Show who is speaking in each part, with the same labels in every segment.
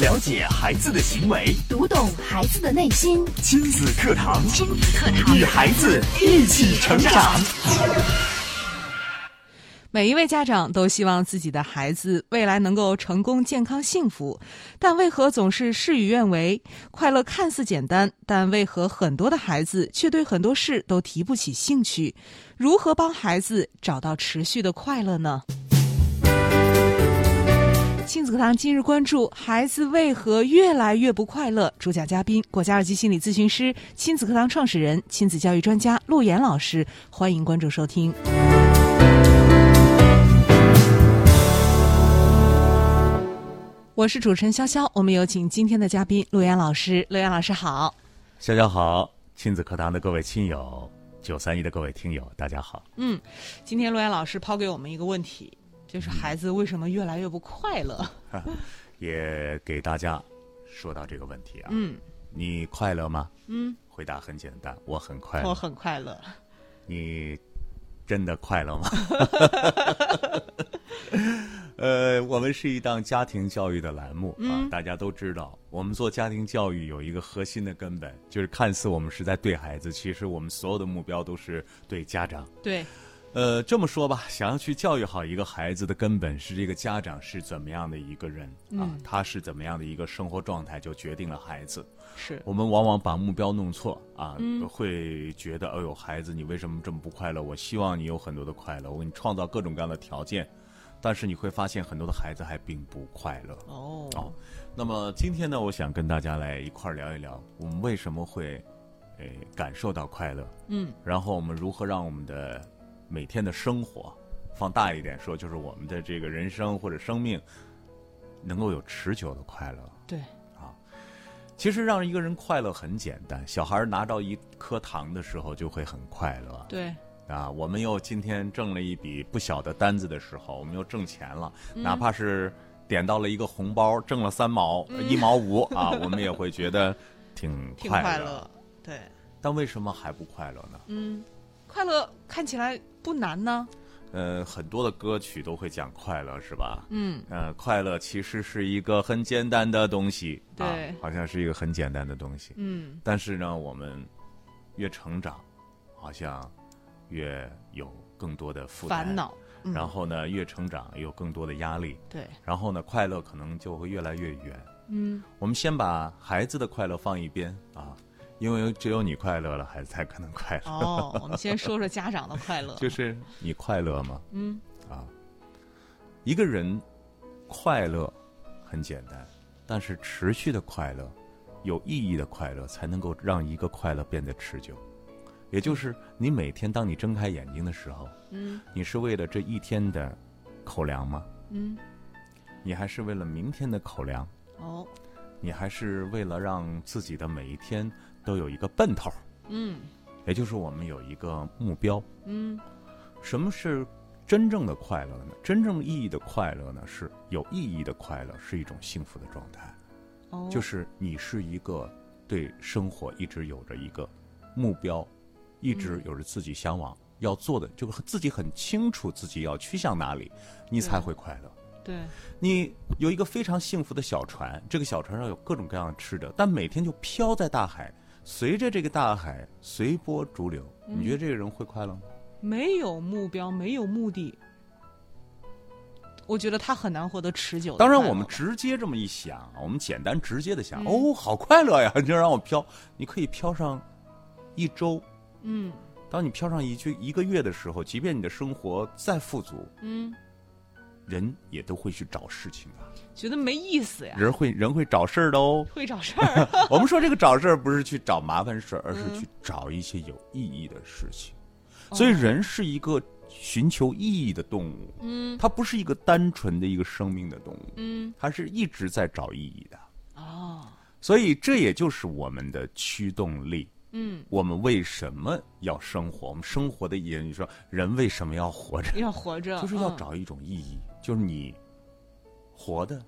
Speaker 1: 了解孩子的行为，
Speaker 2: 读懂孩子的内心。
Speaker 1: 亲子课堂，
Speaker 2: 亲子课堂，
Speaker 1: 与孩子一起成长。
Speaker 3: 每一位家长都希望自己的孩子未来能够成功、健康、幸福，但为何总是事与愿违？快乐看似简单，但为何很多的孩子却对很多事都提不起兴趣？如何帮孩子找到持续的快乐呢？亲子课堂今日关注：孩子为何越来越不快乐？主讲嘉宾：国家二级心理咨询师、亲子课堂创始人、亲子教育专家陆岩老师。欢迎关注收听。我是主持人潇潇，我们有请今天的嘉宾陆岩老师。陆岩老师好，
Speaker 4: 大家好，亲子课堂的各位亲友，九三一的各位听友，大家好。
Speaker 3: 嗯，今天陆岩老师抛给我们一个问题，就是孩子为什么越来越不快乐？
Speaker 4: 也给大家说到这个问题啊，
Speaker 3: 嗯
Speaker 4: 你快乐吗？
Speaker 3: 嗯，
Speaker 4: 回答很简单，我很 快
Speaker 3: 我
Speaker 4: 乐。
Speaker 3: 很快乐。
Speaker 4: 你真的快乐吗？呃，我们是一档家庭教育的栏目啊，大家都知道，我们做家庭教育有一个核心的根本，就是看似我们是在对孩子，其实我们所有的目标都是对家长。
Speaker 3: 对，
Speaker 4: 呃，这么说吧，想要去教育好一个孩子的根本是这个家长是怎么样的一个人、啊，他是怎么样的一个生活状态，就决定了孩子。
Speaker 3: 是
Speaker 4: 我们往往把目标弄错啊，会觉得，哎呦，孩子，你为什么这么不快乐？我希望你有很多的快乐，我给你创造各种各样的条件，但是你会发现很多的孩子还并不快乐。
Speaker 3: 哦，
Speaker 4: 哦，那么今天呢，我想跟大家来一块儿聊一聊，我们为什么会，呃，感受到快乐？
Speaker 3: 嗯，
Speaker 4: 然后我们如何让我们的每天的生活，放大一点说，就是我们的这个人生或者生命，能够有持久的快乐。
Speaker 3: 对，
Speaker 4: 其实让一个人快乐很简单，小孩儿拿到一颗糖的时候就会很快乐。
Speaker 3: 对，
Speaker 4: 啊，我们又今天挣了一笔不小的单子的时候，我们又挣钱了，
Speaker 3: 嗯
Speaker 4: 哪怕是点到了一个红包，挣了三毛、一毛 五啊，我们也会觉得挺
Speaker 3: 嗯挺
Speaker 4: 快乐。
Speaker 3: 快乐。对，
Speaker 4: 但为什么还不快乐呢？
Speaker 3: 嗯，快乐看起来不难呢。
Speaker 4: 呃，很多的歌曲都会讲快乐，是吧？
Speaker 3: 嗯，
Speaker 4: 呃，快乐其实是一个很简单的东西，啊
Speaker 3: 对，
Speaker 4: 好像是一个很简单的东西。
Speaker 3: 嗯，
Speaker 4: 但是呢，我们越成长，好像越有更多的负担
Speaker 3: 烦恼。嗯
Speaker 4: 然后呢，越成长有更多的压力，
Speaker 3: 对，
Speaker 4: 然后呢，快乐可能就会越来越远。
Speaker 3: 嗯，
Speaker 4: 我们先把孩子的快乐放一边啊，因为只有你快乐了，孩子才可能快乐。
Speaker 3: 哦，我们先说说家长的 快乐。
Speaker 4: 就是你快乐吗？
Speaker 3: 嗯，
Speaker 4: 啊，一个人快乐很简单，但是持续的快乐、有意义的快乐，才能够让一个快乐变得持久。也就是你每天当你睁开眼睛的时候，
Speaker 3: 嗯
Speaker 4: 你是为了这一天的口粮吗？
Speaker 3: 嗯，
Speaker 4: 你还是为了明天的口粮，
Speaker 3: 哦，
Speaker 4: 你还是为了让自己的每一天都有一个奔头，
Speaker 3: 嗯
Speaker 4: 也就是我们有一个目标。
Speaker 3: 嗯，
Speaker 4: 什么是真正的快乐呢？真正意义的快乐呢，是有意义的快乐，是一种幸福的状态，
Speaker 3: 哦，
Speaker 4: 就是你是一个对生活一直有着一个目标，一
Speaker 3: 嗯
Speaker 4: 直有着自己向往要做的，就是自己很清楚自己要去向哪里，你才会快乐。
Speaker 3: 对，
Speaker 4: 你有一个非常幸福的小船，这个小船上有各种各样的吃的，但每天就飘在大海，随着这个大海随波逐流。你觉得这个人会快乐吗？
Speaker 3: 嗯没有目标，没有目的，我觉得他很难获得持久的快
Speaker 4: 当
Speaker 3: 乐。
Speaker 4: 然，我们直接这么一想，我们简单直接的
Speaker 3: 嗯
Speaker 4: 想，哦，好快乐呀！你就让我飘，你可以飘上一周。
Speaker 3: 嗯
Speaker 4: 当你飘上一句一个月的时候，即便你的生活再富足，
Speaker 3: 嗯，
Speaker 4: 人也都会去找事情的，
Speaker 3: 觉得没意思呀，
Speaker 4: 人会人会找事儿的哦。
Speaker 3: 会找事 儿。
Speaker 4: 我们说这个找事儿不是去找麻烦事儿，而是
Speaker 3: 嗯
Speaker 4: 去找一些有意义的事情。
Speaker 3: 哦
Speaker 4: 所以人是一个寻求意义的动物，
Speaker 3: 嗯
Speaker 4: 它不是一个单纯的一个生命的动物，
Speaker 3: 嗯，
Speaker 4: 它是一直在找意义的。
Speaker 3: 哦，
Speaker 4: 所以这也就是我们的驱动力。
Speaker 3: 嗯，
Speaker 4: 我们为什么要生活？我们生活的意义，你说人为什么要活着？
Speaker 3: 要活着，
Speaker 4: 就是要
Speaker 3: 嗯
Speaker 4: 找一种意义，就是你活的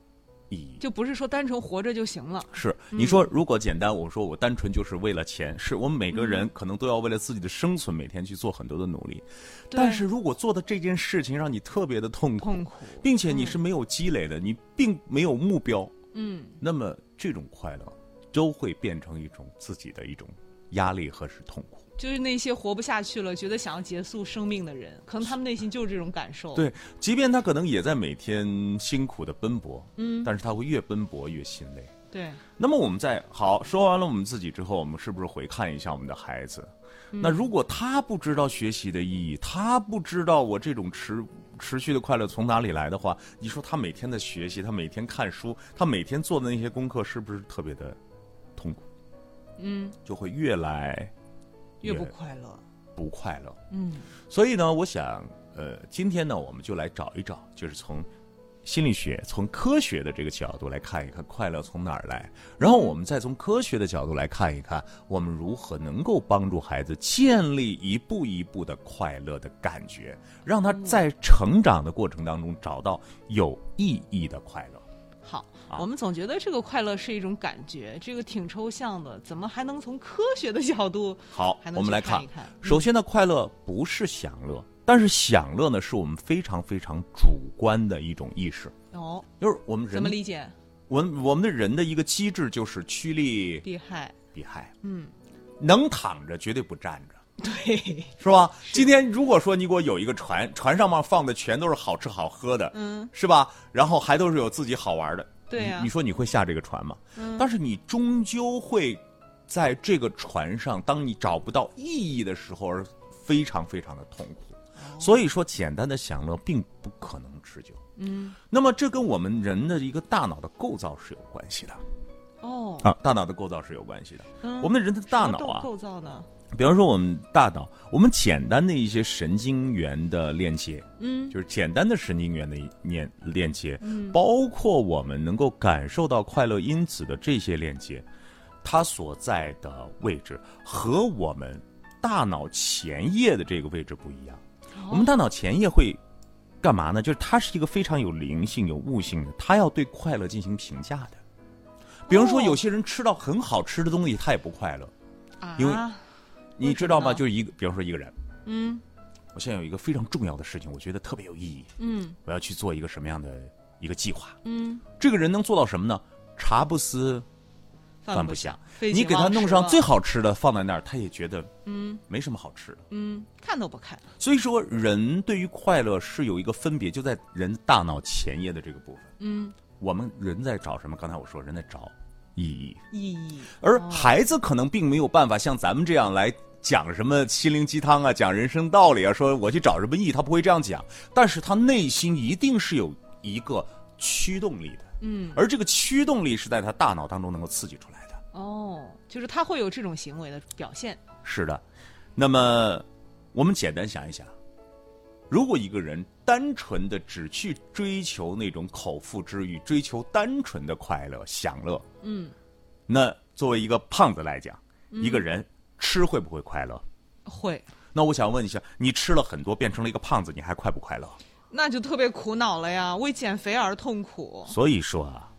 Speaker 4: 意义。
Speaker 3: 就不是说单纯活着就行了。
Speaker 4: 是你说，如果简单，我说我单纯就是为了钱，是我们每个人可能都要为了自己的生存，每天去做很多的努力。
Speaker 3: 对
Speaker 4: 但是如果做的这件事情让你特别的痛苦，嗯
Speaker 3: 痛苦
Speaker 4: 并且你是没有积累的，你并没有目标，
Speaker 3: 嗯，
Speaker 4: 那么这种快乐都会变成一种自己的一种压力和是痛苦。
Speaker 3: 就是那些活不下去了，觉得想要结束生命的人，可能他们内心就是这种感受。，
Speaker 4: 对，即便他可能也在每天辛苦的奔波，嗯，但是他会越奔波越心累。
Speaker 3: 对，
Speaker 4: 那么我们在好说完了我们自己之后，我们是不是回看一下我们的孩子？那如果他不知道学习的意义，他不知道我这种持持续的快乐从哪里来的话，你说他每天的学习，他每天看书，他每天做的那些功课，是不是特别的痛苦？嗯，就会越来
Speaker 3: 越不
Speaker 4: 越
Speaker 3: 快乐。
Speaker 4: 不快乐。
Speaker 3: 嗯，
Speaker 4: 所以呢，我想，呃，今天呢，我们就来找一找，就是从心理学、从科学的这个角度来看一看快乐从哪儿来，然后我们再从科学的角度来看一看，我们如何能够帮助孩子建立一步一步的快乐的感觉，让他在成长的过程当中找到有意义的快乐。
Speaker 3: 好，我们总觉得这个快乐是一种感觉，这个挺抽象的，怎么还能从科学的角度？
Speaker 4: 好
Speaker 3: 还，能
Speaker 4: 我们
Speaker 3: 去
Speaker 4: 来
Speaker 3: 看
Speaker 4: 看
Speaker 3: 一看嗯
Speaker 4: 首先呢，快乐不是享乐，但是享乐呢，是我们非常非常主观的一种意识。
Speaker 3: 哦，
Speaker 4: 就是我们
Speaker 3: 怎么
Speaker 4: 人
Speaker 3: 理解？
Speaker 4: 我们我们的人的一个机制就是趋利
Speaker 3: 厉害，
Speaker 4: 避害，
Speaker 3: 嗯，
Speaker 4: 能躺着绝对不站着，
Speaker 3: 对，
Speaker 4: 是吧？今天如果说你给我有一个船，船上面放的全都是好吃好喝的，
Speaker 3: 嗯，
Speaker 4: 是吧？然后还都是有自己好玩的，
Speaker 3: 对呀嗯
Speaker 4: 你你说你会下这个船吗？但是你终究会在这个船上，当你找不到意义的时候，而非常非常的痛苦。
Speaker 3: 哦
Speaker 4: 所以说，简单的享乐并不可能持久。嗯，那么这跟我们人的一个大脑的构造是有关系的。
Speaker 3: 哦，
Speaker 4: 啊，大脑的构造是有关系的。
Speaker 3: 嗯
Speaker 4: 我们的人的大脑
Speaker 3: 什么
Speaker 4: 啊，
Speaker 3: 构造呢？
Speaker 4: 比方说我们大脑，我们简单的一些神经元的链接，
Speaker 3: 嗯，
Speaker 4: 就是简单的神经元的链链接，包括我们能够感受到快乐因子的这些链接，它所在的位置和我们大脑前叶的这个位置不一样。
Speaker 3: 哦
Speaker 4: 我们大脑前叶会干嘛呢？就是它是一个非常有灵性、有悟性的，它要对快乐进行评价的。比如说，
Speaker 3: 哦
Speaker 4: 有些人吃到很好吃的东西，他也不快乐，
Speaker 3: 啊，
Speaker 4: 因为你知道吗？
Speaker 3: 为什么呢
Speaker 4: 就是一个，比方说一个人，
Speaker 3: 嗯
Speaker 4: 我现在有一个非常重要的事情，我觉得特别有意义，
Speaker 3: 嗯
Speaker 4: 我要去做一个什么样的一个计划。
Speaker 3: 嗯，
Speaker 4: 这个人能做到什么呢？茶不思饭
Speaker 3: 饭
Speaker 4: 不
Speaker 3: 不
Speaker 4: 想，
Speaker 3: 非
Speaker 4: 你
Speaker 3: 己
Speaker 4: 给他
Speaker 3: 忘
Speaker 4: 弄
Speaker 3: 食
Speaker 4: 上
Speaker 3: 了
Speaker 4: 最好吃的放在那儿，他也觉得嗯没什么好吃的。
Speaker 3: 嗯，看都不看，
Speaker 4: 所以说，人对于快乐是有一个分别，就在人大脑前叶的这个部分。
Speaker 3: 嗯，
Speaker 4: 我们人在找什么？刚才我说人在找意义，
Speaker 3: 意义
Speaker 4: 而孩子可能并没有办法像咱们这样来讲什么心灵鸡汤啊，讲人生道理啊，说我去找什么意义，他不会这样讲，但是他内心一定是有一个驱动力的，嗯，而这个驱动力是在他大脑当中能够刺激出来的。
Speaker 3: 哦，就是他会有这种行为的表现。
Speaker 4: 是的，那么我们简单想一想，如果一个人单纯的只去追求那种口腹之欲，追求单纯的快乐享乐，嗯，那作为一个胖子来讲，一个人吃会不会快乐？
Speaker 3: 会，
Speaker 4: 那我想问一下，你吃了很多，变成了一个胖子，你还快不快乐？
Speaker 3: 那就特别苦恼了呀，为减肥而痛苦。
Speaker 4: 所以说啊，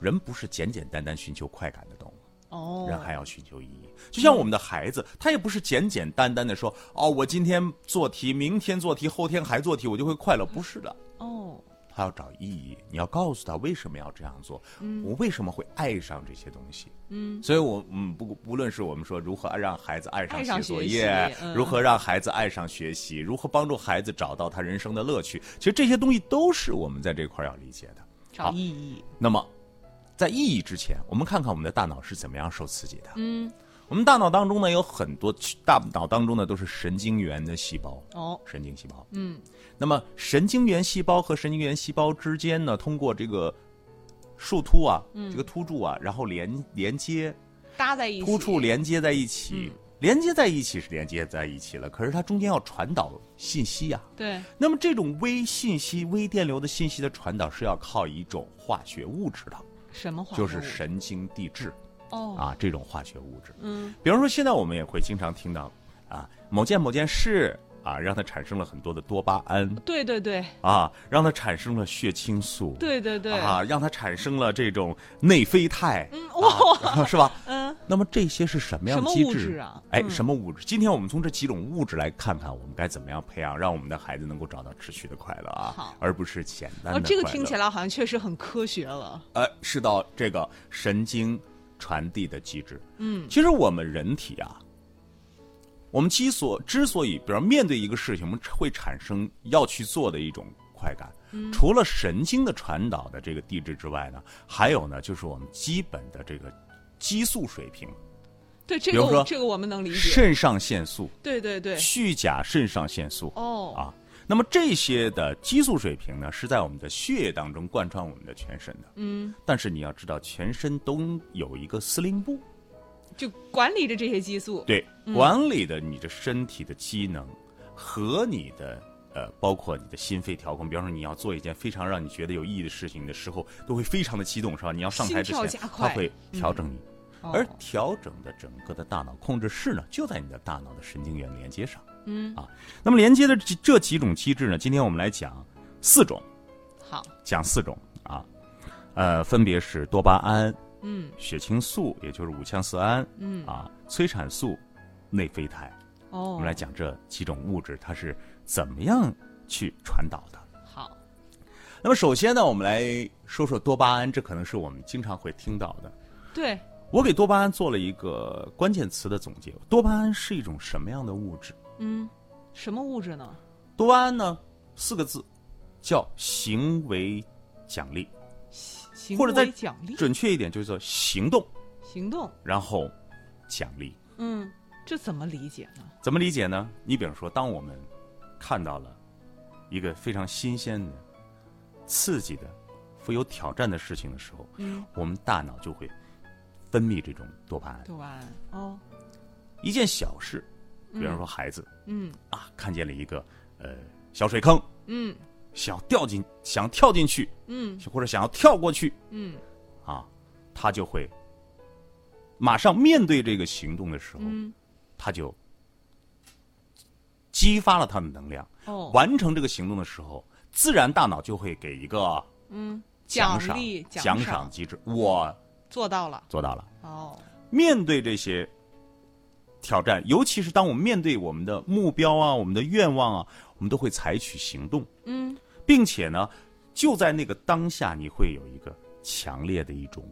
Speaker 4: 人不是简简单单寻求快感的动物。
Speaker 3: 哦，
Speaker 4: 人还要寻求意义。就像我们的孩子，他也不是简简单单的说哦，我今天做题，明天做题，后天还做题，我就会快乐。不是的，
Speaker 3: 哦，
Speaker 4: 他要找意义，你要告诉他为什么要这样做，
Speaker 3: 嗯
Speaker 4: 我为什么会爱上这些东西。嗯，所以我嗯不不论是我们说如何让孩子爱上
Speaker 3: 爱上
Speaker 4: 写作
Speaker 3: 学
Speaker 4: 业
Speaker 3: 习，嗯
Speaker 4: 如何让孩子爱上学习，如何帮助孩子找到他人生的乐趣，其实这些东西都是我们在这块儿要理解的。
Speaker 3: 找意义。
Speaker 4: 那么，在意义之前，我们看看我们的大脑是怎么样受刺激的。嗯，我们大脑当中呢有很多，大脑当中呢都是神经元的细胞，
Speaker 3: 哦，
Speaker 4: 神经细胞。嗯，那么神经元细胞和神经元细胞之间呢，通过这个树突啊，这个突柱啊，然后连连接，
Speaker 3: 搭在一起，
Speaker 4: 突触连接在一起，连接在一起是连接在一起了，可是它中间要传导信息呀、
Speaker 3: 对，
Speaker 4: 那么这种微信息、微电流的信息的传导是要靠一种化学物质的，
Speaker 3: 什么话？
Speaker 4: 就是神经递质
Speaker 3: 哦，
Speaker 4: 啊，这种化学物质。
Speaker 3: 嗯，
Speaker 4: 比方说现在我们也会经常听到啊，某件某件事啊，让它产生了很多的多巴胺
Speaker 3: 对对对
Speaker 4: 啊，让它产生了血清素，啊
Speaker 3: 对对对，
Speaker 4: 啊，让它产生了这种内啡肽，
Speaker 3: 哇
Speaker 4: 啊，是吧？
Speaker 3: 嗯，
Speaker 4: 那么这些是什么样的
Speaker 3: 什么
Speaker 4: 机
Speaker 3: 物质
Speaker 4: 制
Speaker 3: 啊
Speaker 4: 哎，
Speaker 3: 嗯
Speaker 4: 什么物质？今天我们从这几种物质来看看，我们该怎么样培养，让我们的孩子能够找到持续的快乐啊
Speaker 3: 好，
Speaker 4: 而不是简单
Speaker 3: 哦，
Speaker 4: 啊的。
Speaker 3: 这个听起，来好像确实很科学了。
Speaker 4: 呃，是到这个神经传递的机制。
Speaker 3: 嗯，
Speaker 4: 其实我们人体啊，我们之所之所以，比如面对一个事情，我们会产生要去做的一种快感。
Speaker 3: 嗯
Speaker 4: 除了神经的传导的这个地质之外呢，还有呢，就是我们基本的这个激素水平，
Speaker 3: 对，这
Speaker 4: 比
Speaker 3: 个
Speaker 4: 如说
Speaker 3: 我这个我们能理解。
Speaker 4: 肾上腺素、
Speaker 3: 对对对，
Speaker 4: 虚甲肾上腺素
Speaker 3: 哦，
Speaker 4: 啊。那么这些的激素水平呢，是在我们的血液当中贯穿我们的全身的。
Speaker 3: 嗯，
Speaker 4: 但是你要知道，全身都有一个司令部，
Speaker 3: 就管理着这些激素。
Speaker 4: 对，管理的你的身体的机能和你的呃，包括你的心肺调控。比方说，你要做一件非常让你觉得有意义的事情的时候，都会非常的激动，是吧？你要上台之
Speaker 3: 心
Speaker 4: 前
Speaker 3: 跳加，
Speaker 4: 它
Speaker 3: 快
Speaker 4: 会调整你。
Speaker 3: 哦
Speaker 4: 而调整的整个的大脑控制室呢，就在你的大脑的神经元连接上。
Speaker 3: 嗯，
Speaker 4: 啊，那么连接的这这几种机制呢，今天我们来讲四种，
Speaker 3: 好，
Speaker 4: 讲四种啊，呃，分别是多巴胺、
Speaker 3: 嗯
Speaker 4: 血清素，也就是五羟色胺
Speaker 3: 嗯，
Speaker 4: 啊、催产素、内啡肽。
Speaker 3: 哦，
Speaker 4: 我们来讲这几种物质它是怎么样去传导的。
Speaker 3: 好，
Speaker 4: 那么首先呢，我们来说说多巴胺，这可能是我们经常会听到的。
Speaker 3: 对，
Speaker 4: 我给多巴胺做了一个关键词的总结。多巴胺是一种什么样的物质？
Speaker 3: 嗯，什么物质呢？
Speaker 4: 多巴胺呢，四个字，叫行为奖励，
Speaker 3: 行
Speaker 4: 或者在
Speaker 3: 为奖励，
Speaker 4: 准确一点就是说行动，
Speaker 3: 行动，
Speaker 4: 然后奖励。
Speaker 3: 嗯，这怎么理解呢？
Speaker 4: 怎么理解呢？你比如说，当我们看到了一个非常新鲜的、刺激的、富有挑战的事情的时候，
Speaker 3: 嗯，
Speaker 4: 我们大脑就会分泌这种多巴胺。
Speaker 3: 多巴胺，哦，
Speaker 4: 一件小事，比
Speaker 3: 嗯
Speaker 4: 方说孩子、
Speaker 3: 嗯
Speaker 4: 啊，看见了一个呃小水坑，
Speaker 3: 嗯
Speaker 4: 想掉进想跳进去，
Speaker 3: 嗯
Speaker 4: 或者想要跳过去
Speaker 3: 嗯
Speaker 4: 啊，他就会马上面对这个行动的时候，
Speaker 3: 嗯，
Speaker 4: 他就激发了他的能量。
Speaker 3: 哦，
Speaker 4: 完成这个行动的时候，自然大脑就会给一个
Speaker 3: 嗯，
Speaker 4: 奖
Speaker 3: 奖
Speaker 4: 赏
Speaker 3: 励
Speaker 4: 奖赏
Speaker 3: 赏
Speaker 4: 机制。我
Speaker 3: 做到了，
Speaker 4: 做到了。
Speaker 3: 哦，
Speaker 4: 面对这些挑战，尤其是当我们面对我们的目标啊、我们的愿望啊，我们都会采取行动，
Speaker 3: 嗯，
Speaker 4: 并且呢，就在那个当下，你会有一个强烈的一种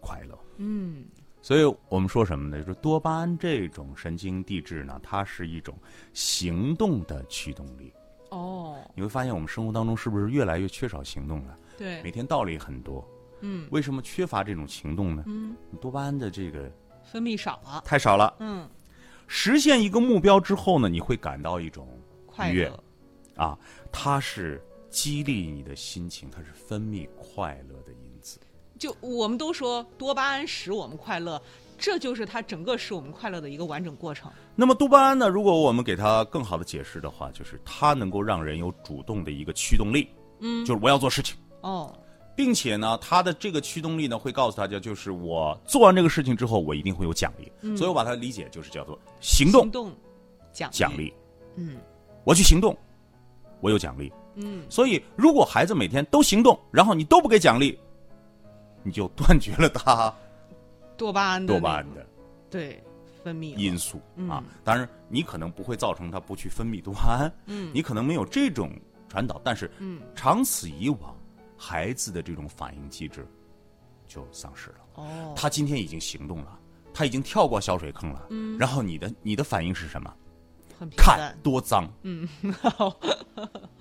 Speaker 4: 快乐。
Speaker 3: 嗯，
Speaker 4: 所以我们说什么呢？就是多巴胺这种神经递质呢，它是一种行动的驱动力。
Speaker 3: 哦，
Speaker 4: 你会发现，我们生活当中是不是越来越缺少行动了？每
Speaker 3: 对，
Speaker 4: 天道理很多，
Speaker 3: 嗯
Speaker 4: 为什么缺乏这种行动呢？
Speaker 3: 嗯，
Speaker 4: 多巴胺的这个
Speaker 3: 分泌少了，
Speaker 4: 太少了。
Speaker 3: 嗯，
Speaker 4: 实现一个目标之后呢，你会感到一种
Speaker 3: 快
Speaker 4: 愉悦
Speaker 3: 乐，
Speaker 4: 啊，它是激励你的心情，它是分泌快乐的因子。
Speaker 3: 就我们都说多巴胺使我们快乐，这就是它整个使我们快乐的一个完整过程。
Speaker 4: 那么多巴胺呢？如果我们给它更好的解释的话，就是它能够让人有主动的一个驱动力，
Speaker 3: 嗯
Speaker 4: 就是我要做事情，
Speaker 3: 哦，
Speaker 4: 并且呢，它的这个驱动力呢，会告诉大家，就是我做完这个事情之后，我一定会有奖励，
Speaker 3: 嗯
Speaker 4: 所以我把它理解就是叫做行动
Speaker 3: 行动奖
Speaker 4: 奖励。
Speaker 3: 嗯
Speaker 4: 我去行动，我有奖励。
Speaker 3: 嗯，
Speaker 4: 所以，如果孩子每天都行动，然后你都不给奖励，你就断绝了他
Speaker 3: 多巴胺的
Speaker 4: 多巴
Speaker 3: 那
Speaker 4: 胺
Speaker 3: 个
Speaker 4: 的
Speaker 3: 嗯对分泌了
Speaker 4: 因素
Speaker 3: 嗯
Speaker 4: 啊。当然，你可能不会造成他不去分泌多巴胺，
Speaker 3: 嗯
Speaker 4: 你可能没有这种传导，但是
Speaker 3: 嗯
Speaker 4: 长此以往，孩子的这种反应机制就丧失了。
Speaker 3: 哦，
Speaker 4: 他今天已经行动了，他已经跳过小水坑了，
Speaker 3: 嗯
Speaker 4: 然后你的你的反应是什么？
Speaker 3: 很平
Speaker 4: 看
Speaker 3: 淡，
Speaker 4: 多脏
Speaker 3: 嗯，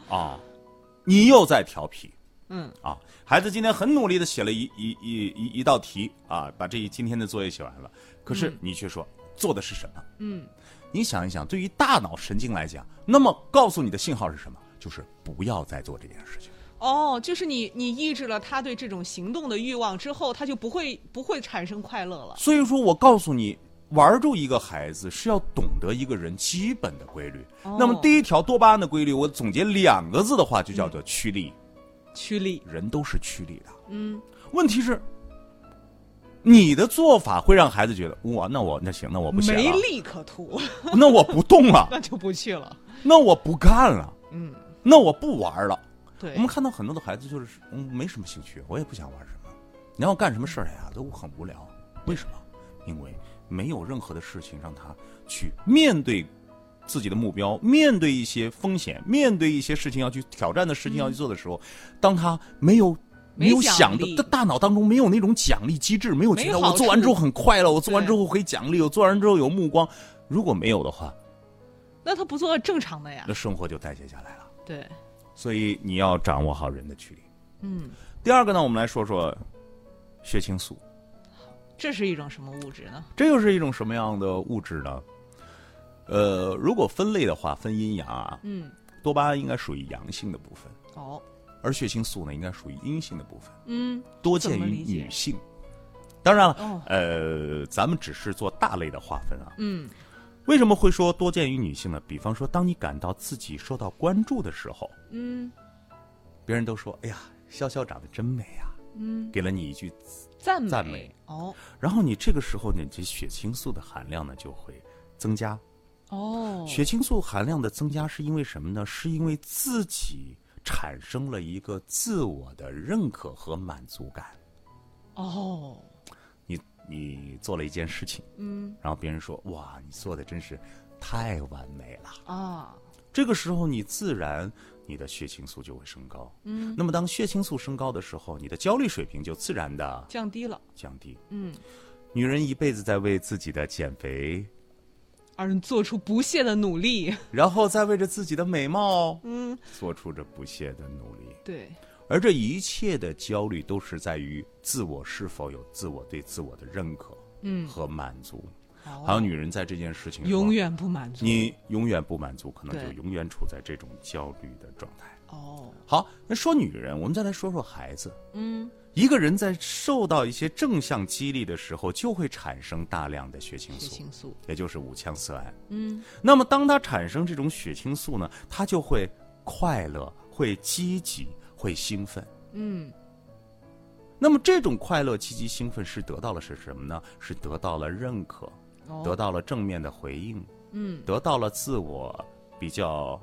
Speaker 4: 啊！你又在调皮。
Speaker 3: 嗯
Speaker 4: 啊，孩子今天很努力的写了一一一一一道题啊，把这一今天的作业写完了，可是你却说、做的是什么？
Speaker 3: 嗯，
Speaker 4: 你想一想，对于大脑神经来讲，那么告诉你的信号是什么？就是不要再做这件事情。
Speaker 3: 哦，就是你你抑制了他对这种行动的欲望之后，他就不会不会产生快乐了。
Speaker 4: 所以说我告诉你，玩住一个孩子是要懂得一个人基本的规律。那么
Speaker 3: 哦
Speaker 4: 第一条多巴胺的规律，我总结两个字的话，就叫
Speaker 3: 嗯
Speaker 4: 做趋利。
Speaker 3: 趋利，
Speaker 4: 人都是趋利的，
Speaker 3: 嗯，
Speaker 4: 问题是。你的做法会让孩子觉得哇，那我那行，那我不写了。
Speaker 3: 没利可图，
Speaker 4: 那我不动了，
Speaker 3: 那就不去了。
Speaker 4: 那我不干了，
Speaker 3: 嗯，
Speaker 4: 那我不玩了。
Speaker 3: 对，
Speaker 4: 我们看到很多的孩子就是，哎嗯，没什么兴趣，我也不想玩什么。你让我干什么事儿、呀，都很无聊。为什么？因为没有任何的事情让他去面对自己的目标，面对一些风险，面对一些事情要去挑战的事情要去做的时候，当他没有。
Speaker 3: 嗯没
Speaker 4: 没有
Speaker 3: 奖
Speaker 4: 想
Speaker 3: 励
Speaker 4: 的，他大脑当中没有那种奖励机制，没有觉
Speaker 3: 没
Speaker 4: 得
Speaker 3: 有
Speaker 4: 我
Speaker 3: 好
Speaker 4: 做完
Speaker 3: 处
Speaker 4: 之后很快乐，我做完
Speaker 3: 对
Speaker 4: 之后可以奖励，我做完之后有目光。如果没有的话，
Speaker 3: 那他不做正常的呀
Speaker 4: 那？生活就代谢下来了。
Speaker 3: 对，
Speaker 4: 所以你要掌握好人的距离。
Speaker 3: 嗯，
Speaker 4: 第二个呢，我们来说说血清素，
Speaker 3: 这是一种什么物质呢？
Speaker 4: 这又是一种什么样的物质呢？呃，如果分类的话，分阴阳啊，
Speaker 3: 嗯，
Speaker 4: 多巴胺应该属于阳性的部分，
Speaker 3: 哦，
Speaker 4: 而血清素呢，应该属于阴性的部分，
Speaker 3: 嗯，
Speaker 4: 多见
Speaker 3: 怎么
Speaker 4: 于
Speaker 3: 理解
Speaker 4: 女性。当然了，
Speaker 3: 哦
Speaker 4: 呃，咱们只是做大类的划分啊。
Speaker 3: 嗯，
Speaker 4: 为什么会说多见于女性呢？比方说，当你感到自己受到关注的时候，
Speaker 3: 嗯，
Speaker 4: 别人都说：“哎呀，潇潇长得真美啊。”嗯，给了你一句
Speaker 3: 赞美，
Speaker 4: 赞美
Speaker 3: 哦，
Speaker 4: 然后你这个时候呢，你这血清素的含量呢就会增加。
Speaker 3: 哦，
Speaker 4: 血清素含量的增加是因为什么呢？是因为自己产生了一个自我的认可和满足感。
Speaker 3: 哦，
Speaker 4: 你你做了一件事情，
Speaker 3: 嗯，
Speaker 4: 然后别人说：“哇，你做的真是太完美了。”
Speaker 3: 啊，
Speaker 4: 这个时候你自然你的血清素就会升高。嗯，那么当血清素升高的时候，你的焦虑水平就自然的
Speaker 3: 降低了，
Speaker 4: 降低。
Speaker 3: 嗯，
Speaker 4: 女人一辈子在为自己的减肥
Speaker 3: 而做出不懈的努力，
Speaker 4: 然后再为着自己的美貌，
Speaker 3: 嗯，
Speaker 4: 做出着不懈的努力。
Speaker 3: 对，
Speaker 4: 而这一切的焦虑都是在于自我是否有自我对自我的认可，
Speaker 3: 嗯
Speaker 4: 和满足。
Speaker 3: 哦
Speaker 4: 还有女人在这件事情上
Speaker 3: 永，远不满足，
Speaker 4: 你永远不满足，可能
Speaker 3: 对
Speaker 4: 就永远处在这种焦虑的状态。
Speaker 3: 哦，
Speaker 4: 好，那说女人，我们再来说说孩子。
Speaker 3: 嗯，
Speaker 4: 一个人在受到一些正向激励的时候，就会产生大量的血清
Speaker 3: 血
Speaker 4: 素。
Speaker 3: 清素，
Speaker 4: 也就是五羟色胺。
Speaker 3: 嗯，
Speaker 4: 那么当它产生这种血清素呢，它就会快乐、会积极、会兴奋。
Speaker 3: 嗯，
Speaker 4: 那么这种快乐、积极、兴奋是得到了是什么呢？是得到了认可，
Speaker 3: 哦，
Speaker 4: 得到了正面的回应，
Speaker 3: 嗯，
Speaker 4: 得到了自我比较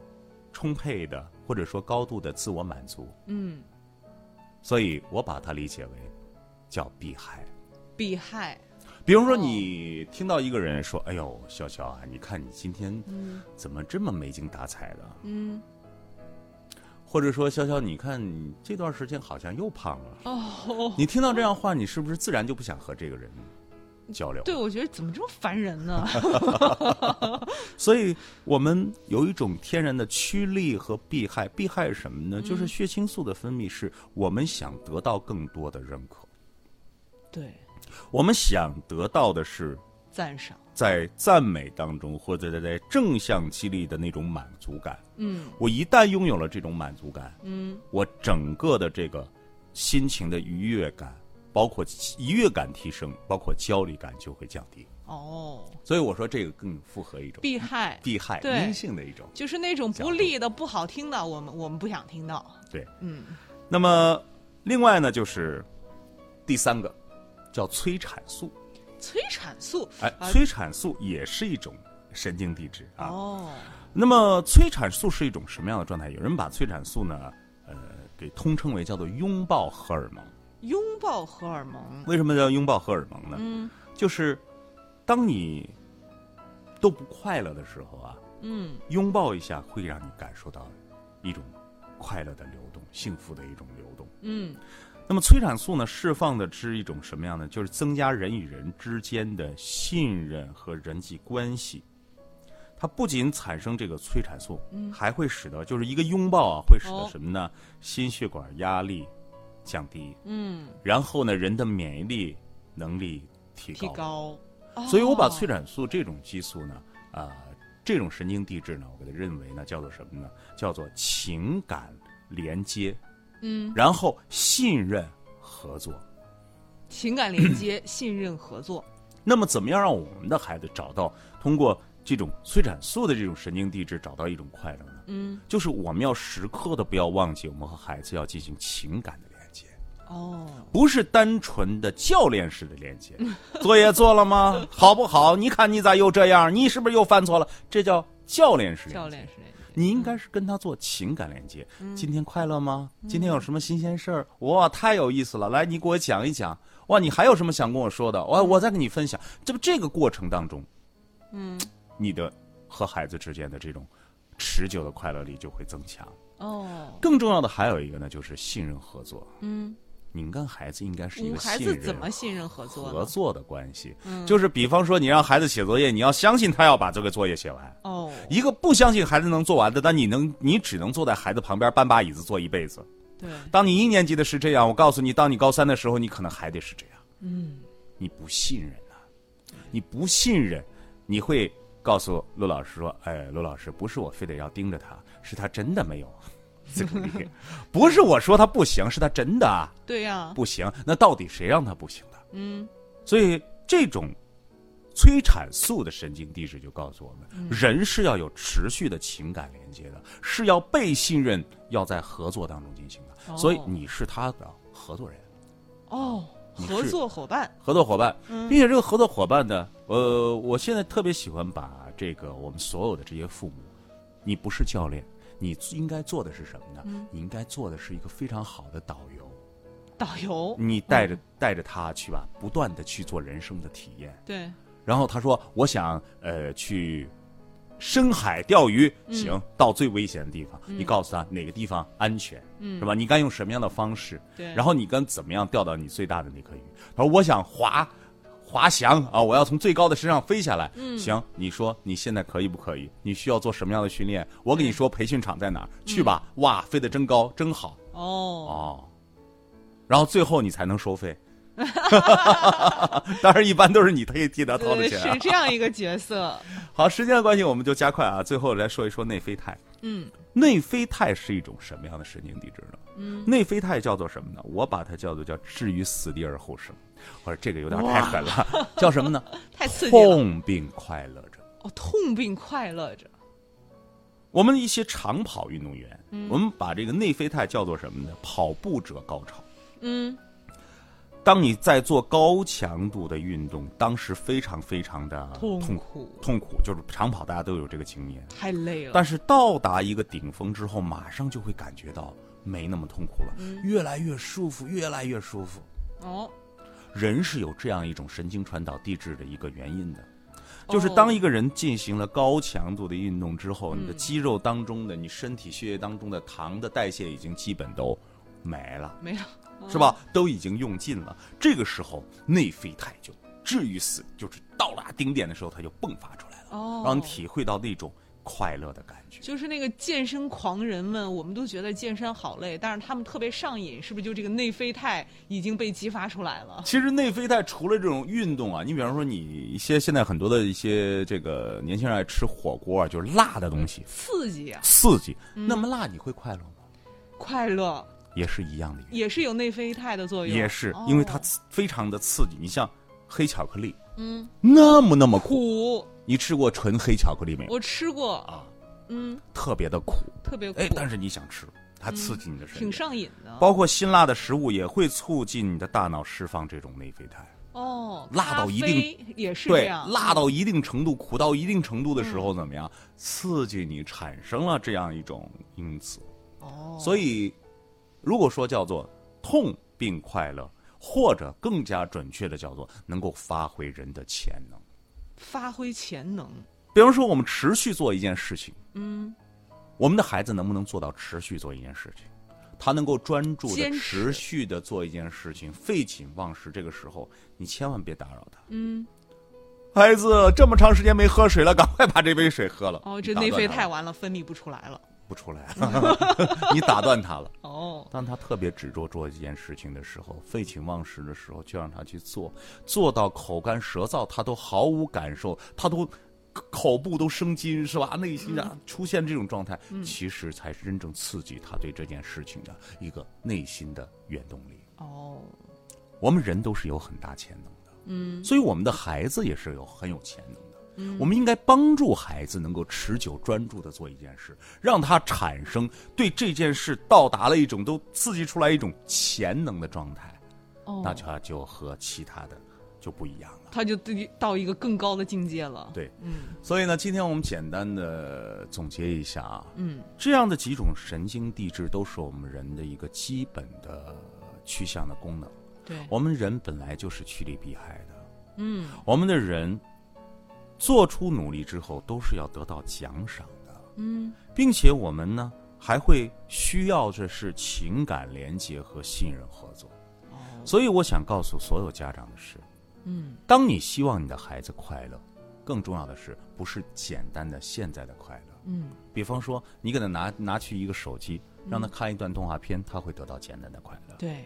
Speaker 4: 充沛的或者说高度的自我满足。
Speaker 3: 嗯，
Speaker 4: 所以我把它理解为叫避害。
Speaker 3: 避害，
Speaker 4: 比如说，
Speaker 3: 哦
Speaker 4: 你听到一个人说：“哎呦，潇潇啊，你看你今天怎么这么没精打采的？”
Speaker 3: 嗯，
Speaker 4: 或者说，潇潇，你看你这段时间好像又胖了。
Speaker 3: 哦，
Speaker 4: 你听到这样话，你是不是自然就不想和这个人交流？
Speaker 3: 对，我觉得怎么这么烦人 呢？
Speaker 4: 所以我们有一种天然的趋利和避害。避害是什么
Speaker 3: 嗯
Speaker 4: 呢？就是血清素的分泌，是我们想得到更多的认可，
Speaker 3: 对，
Speaker 4: 我们想得到的是
Speaker 3: 赞赏，
Speaker 4: 在赞美当中，或者在正向激励的那种满足感。
Speaker 3: 嗯
Speaker 4: 我一旦拥有了这种满足感，
Speaker 3: 嗯，
Speaker 4: 我整个的这个心情的愉悦感，包括愉悦感提升，包括焦虑感就会降低。
Speaker 3: 哦，
Speaker 4: 所以我说这个更符合一种
Speaker 3: 避害，
Speaker 4: 避害
Speaker 3: 对
Speaker 4: 阴性的一种
Speaker 3: 就是那种
Speaker 4: 角
Speaker 3: 不
Speaker 4: 度
Speaker 3: 利的、不好听的，我们我们不想听到。
Speaker 4: 对。
Speaker 3: 嗯，
Speaker 4: 那么另外呢，就是第三个叫催产素，
Speaker 3: 催产素，
Speaker 4: 哎，
Speaker 3: 啊
Speaker 4: 催产素也是一种神经递质啊。
Speaker 3: 哦，
Speaker 4: 那么催产素是一种什么样的状态？有人把催产素呢，呃，给通称为叫做拥抱荷尔蒙。
Speaker 3: 拥抱荷尔蒙，
Speaker 4: 为什么叫拥抱荷尔蒙呢？
Speaker 3: 嗯
Speaker 4: 就是当你都不快乐的时候啊，
Speaker 3: 嗯，
Speaker 4: 拥抱一下会让你感受到一种快乐的流动、幸福的一种流动。
Speaker 3: 嗯，
Speaker 4: 那么催产素呢，释放的是一种什么样呢？就是增加人与人之间的信任和人际关系。它不仅产生这个催产素，还会使得就是一个拥抱啊，会使得
Speaker 3: 嗯哦
Speaker 4: 什么呢？心血管压力降低，
Speaker 3: 嗯，
Speaker 4: 然后呢，人的免疫力能力提高。
Speaker 3: 提高。哦
Speaker 4: 所以我把催
Speaker 3: 产，
Speaker 4: 产素这种激素呢，啊、这种神经递质呢，我给它认为呢叫做什么呢？叫做情感连接，
Speaker 3: 嗯，
Speaker 4: 然后信任合作。
Speaker 3: 情感连 接、信任、合作，
Speaker 4: 那么，怎么样让我们的孩子找到通过这种催产素的这种神经递质找到一种快乐呢？
Speaker 3: 嗯，
Speaker 4: 就是我们要时刻的不要忘记，我们和孩子要进行情感的连接。
Speaker 3: 哦，
Speaker 4: 不是单纯的教练式的连接。 作业做了吗？好不好？你看你咋又这样？你是不是又犯错了？这叫教练式连接。
Speaker 3: 教练是连接，
Speaker 4: 你应该是跟他做情感连接。今天快乐吗？今天有什么新鲜事儿？哇，太有意思了！来，你给我讲一讲。哇，你还有什么想跟我说的？哇，我再跟你分享。这不这个过程当中，嗯，你的和孩子之间的这种持久的快乐力就会增强。
Speaker 3: 哦，
Speaker 4: 更重要的还有一个呢，就是信任合作。
Speaker 3: 嗯，
Speaker 4: 你跟孩子应该是一
Speaker 3: 五
Speaker 4: 个
Speaker 3: 孩
Speaker 4: 信
Speaker 3: 子
Speaker 4: 任
Speaker 3: 怎么信任合作呢？嗯
Speaker 4: 合作的关系，就是比方说你让孩子写作业，你要相信他要把这个作业写完。
Speaker 3: 哦，
Speaker 4: 一个不相信孩子能做完的，但你能，你只能坐在孩子旁边搬把椅子坐一辈子。
Speaker 3: 对，
Speaker 4: 当你一年级的是这样，我告诉你，当你高三的时候，你可能还得是这样。嗯，你不信任呐、你不信任，你会告诉陆老师说：“哎，陆老师，不是我非得要盯着他，是他真的没有 自主力，不是我说他不行，是他真的啊。”
Speaker 3: 对呀、
Speaker 4: 不行，那到底谁让他不行的？嗯，所以这种催产素的神经递质就告诉我们，人是要有持续的情感连接的，是要被信任，要在合作当中进行的。
Speaker 3: 哦
Speaker 4: 所以你是他的合作人、
Speaker 3: 哦，
Speaker 4: 你
Speaker 3: 合
Speaker 4: 是
Speaker 3: 作伙伴，
Speaker 4: 合作伙伴，并且这个合作伙伴呢，呃，我现在特别喜欢把这个我们所有的这些父母，你不是教练。你应该做的是什么呢？你应该做的是一个非常好的导游。
Speaker 3: 导游，
Speaker 4: 你带着、带着他去吧，不断的去做人生的体验。
Speaker 3: 对，
Speaker 4: 然后他说：“我想呃去深海钓鱼，行，到最危险的地方，你告诉他哪个地方安全，是吧？你该用什么样的方式？
Speaker 3: 对
Speaker 4: 然后你跟怎么样钓到你最大的那颗鱼？他说我想滑。”滑翔啊！我要从最高的身上飞下来。行，你说你现在可以不可以？你需要做什么样的训练？我跟你说，培训场在哪儿？去吧！哇，飞得真高，真好。
Speaker 3: 哦，
Speaker 4: 哦，然后最后你才能收费。 当然，一般都是你可以替他掏的
Speaker 3: 对，
Speaker 4: 钱、
Speaker 3: 是
Speaker 4: 啊。
Speaker 3: 这样一个角色，
Speaker 4: 好，时间的关系，我们就加快啊。最后来说一说内啡肽。
Speaker 3: 嗯，
Speaker 4: 内啡肽是一种什么样的神经递质呢？嗯，内啡肽叫做什么呢？我把它叫做叫置于死地而后生。我说这个有点太狠了，叫什么呢？
Speaker 3: 太刺激了，
Speaker 4: 痛并快乐着。
Speaker 3: 哦，痛并快乐着，
Speaker 4: 我们一些长跑运动员，我们把这个内啡肽叫做什么呢？跑步者高潮。
Speaker 3: 嗯，
Speaker 4: 当你在做高强度的运动，当时非常非常的
Speaker 3: 痛
Speaker 4: 痛
Speaker 3: 苦
Speaker 4: 痛苦就是长跑，大家都有这个经验。
Speaker 3: 太累了，
Speaker 4: 但是到达一个顶峰之后，马上就会感觉到没那么痛苦了，越来越舒服，越来越舒服。
Speaker 3: 哦，
Speaker 4: 人是有这样一种神经传导递质的一个原因的，就是当一个人进行了高强度的运动之后，你的肌肉当中的、你身体血液当中的糖的代谢已经基本都没了。
Speaker 3: 没了，
Speaker 4: 是吧？都已经用尽了，这个时候内啡肽就至于死，就是到达顶点的时候，它就迸发出来了，
Speaker 3: 哦，
Speaker 4: 让你体会到那种快乐的感觉。
Speaker 3: 就是那个健身狂人们，我们都觉得健身好累，但是他们特别上瘾，是不是就这个内啡肽已经被激发出来了？
Speaker 4: 其实内啡肽除了这种运动啊，你比方说你一些现在很多的一些这个年轻人爱吃火锅啊，就是辣的东西，
Speaker 3: 刺激啊，
Speaker 4: 刺激，那么辣你会快乐吗？
Speaker 3: 快乐
Speaker 4: 也是一样的原
Speaker 3: 也是有内啡肽的作
Speaker 4: 因，
Speaker 3: 用，
Speaker 4: 也是
Speaker 3: 哦
Speaker 4: 因为它刺非常的刺激。你像黑巧克力，
Speaker 3: 嗯，
Speaker 4: 那么那么苦，
Speaker 3: 苦，
Speaker 4: 你吃过纯黑巧克力没有？
Speaker 3: 我吃过
Speaker 4: 啊，
Speaker 3: 嗯，
Speaker 4: 特别的苦，
Speaker 3: 特别苦，
Speaker 4: 哎，但是你想吃，它刺激你的身
Speaker 3: 嗯挺
Speaker 4: 体。
Speaker 3: 上瘾的。
Speaker 4: 包括辛辣的食物也会促进你的大脑释放这种内啡肽。
Speaker 3: 哦，
Speaker 4: 辣到一定
Speaker 3: 咖啡也是这
Speaker 4: 对，
Speaker 3: 样，嗯
Speaker 4: 辣到一定程度，苦到一定程度的时候，怎么样？刺激你产生了这样一种因子。
Speaker 3: 哦，
Speaker 4: 所以，如果说叫做痛并快乐，或者更加准确的叫做能够发挥人的潜能。
Speaker 3: 发挥潜能，
Speaker 4: 比方说，我们持续做一件事情，嗯，我们的孩子能不能做到持续做一件事情？他能够专注的
Speaker 3: 坚、持
Speaker 4: 持续的做一件事情，废寝忘食。这个时候，你千万别打扰他。嗯，孩子这么长时间没喝水了，赶快把这杯水喝了。
Speaker 3: 哦，
Speaker 4: 你
Speaker 3: 这
Speaker 4: 打断
Speaker 3: 内啡
Speaker 4: 他
Speaker 3: 肽
Speaker 4: 了
Speaker 3: 完了分泌不出来了，
Speaker 4: 不出来， 你打断他了。
Speaker 3: 哦，
Speaker 4: 当他特别执着做一件事情的时候，废寝忘食的时候，就让他去做，做到口干舌燥，他都毫无感受，他都口部都生津是吧？内心啊出现这种状态，其实才是真正刺激他对这件事情的一个内心的原动力。
Speaker 3: 哦，
Speaker 4: 我们人都是有很大潜能的，嗯，所以我们的孩子也是有很有潜能的。我们应该帮助孩子能够持久专注的做一件事，让他产生对这件事到达了一种都刺激出来一种潜能的状态，
Speaker 3: 哦，
Speaker 4: 那就就和其他的就不一样了。
Speaker 3: 他就对到一个更高的境界了，
Speaker 4: 对，
Speaker 3: 嗯
Speaker 4: 所以呢，今天我们简单的总结一下啊，
Speaker 3: 嗯，
Speaker 4: 这样的几种神经递质都是我们人的一个基本的趋向的功能。
Speaker 3: 对
Speaker 4: 我们人本来就是趋利避害的，
Speaker 3: 嗯，
Speaker 4: 我们的人做出努力之后都是要得到奖赏的，
Speaker 3: 嗯，
Speaker 4: 并且我们呢还会需要这是情感连接和信任合作。
Speaker 3: 哦
Speaker 4: 所以我想告诉所有家长的是，
Speaker 3: 嗯，
Speaker 4: 当你希望你的孩子快乐，更重要的是不是简单的现在的快乐，
Speaker 3: 嗯，
Speaker 4: 比方说你给他拿拿去一个手机，让他看一段动画片，他会得到简单的快乐；
Speaker 3: 对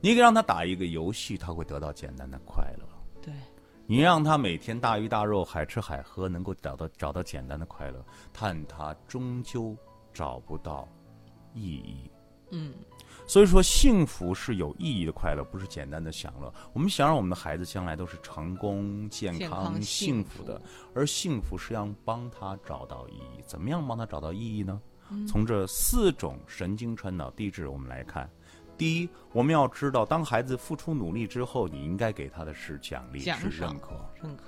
Speaker 4: 你给让他打一个游戏，他会得到简单的快乐；
Speaker 3: 对，
Speaker 4: 你让他每天大鱼大肉、海吃海喝，能够找到找到简单的快乐，但他终究找不到意义。
Speaker 3: 嗯，
Speaker 4: 所以说，幸福是有意义的快乐，不是简单的享乐。我们想让我们的孩子将来都是成功、健
Speaker 3: 健
Speaker 4: 康、
Speaker 3: 康幸
Speaker 4: 幸
Speaker 3: 福
Speaker 4: 福的，而幸福是要帮他找到意义。怎么样帮他找到意义呢？
Speaker 3: 嗯
Speaker 4: 从这四种神经传导递质我们来看，第一，我们要知道，当孩子付出努力之后，你应该给他的是奖励、
Speaker 3: 奖
Speaker 4: 是
Speaker 3: 赏
Speaker 4: 认可。
Speaker 3: 认可，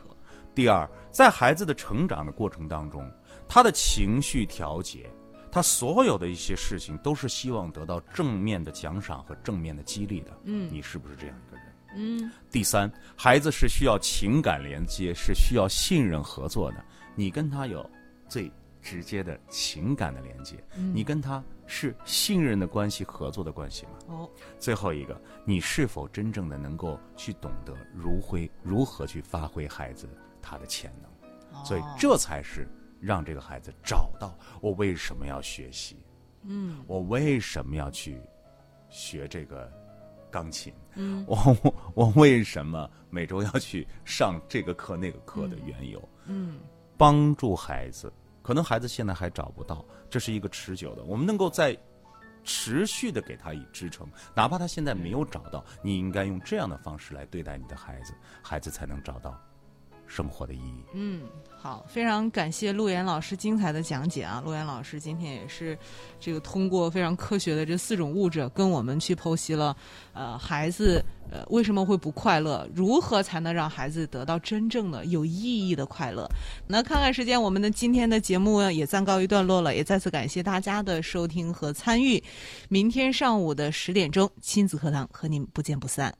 Speaker 4: 第二，在孩子的成长的过程当中，他的情绪调节，他所有的一些事情都是希望得到正面的奖赏和正面的激励的。嗯，你是不是这样一个人？
Speaker 3: 嗯，
Speaker 4: 第三，孩子是需要情感连接，是需要信任合作的。你跟他有最直接的情感的连接，
Speaker 3: 嗯
Speaker 4: 你跟他是信任的关系、合作的关系吗？
Speaker 3: 哦，
Speaker 4: 最后一个，你是否真正的能够去懂得如挥如何去发挥孩子他的潜能？所以这才是让这个孩子找到我为什么要学习，嗯，我为什么要去学这个钢琴，嗯，我 我我为什么每周要去上这个课那个课的缘由，
Speaker 3: 嗯，
Speaker 4: 帮助孩子。可能孩子现在还找不到，这是一个持久的。我们能够在持续的给他以支撑，哪怕他现在没有找到，你应该用这样的方式来对待你的孩子，孩子才能找到生活的意义。
Speaker 3: 嗯，好，非常感谢陆岩老师精彩的讲解啊！陆岩老师今天也是这个通过非常科学的这四种物质，跟我们去剖析了，呃，孩子呃为什么会不快乐，如何才能让孩子得到真正的有意义的快乐？那看看时间，我们的今天的节目也暂告一段落了，也再次感谢大家的收听和参与。明天上午的十点钟，亲子课堂和您不见不散。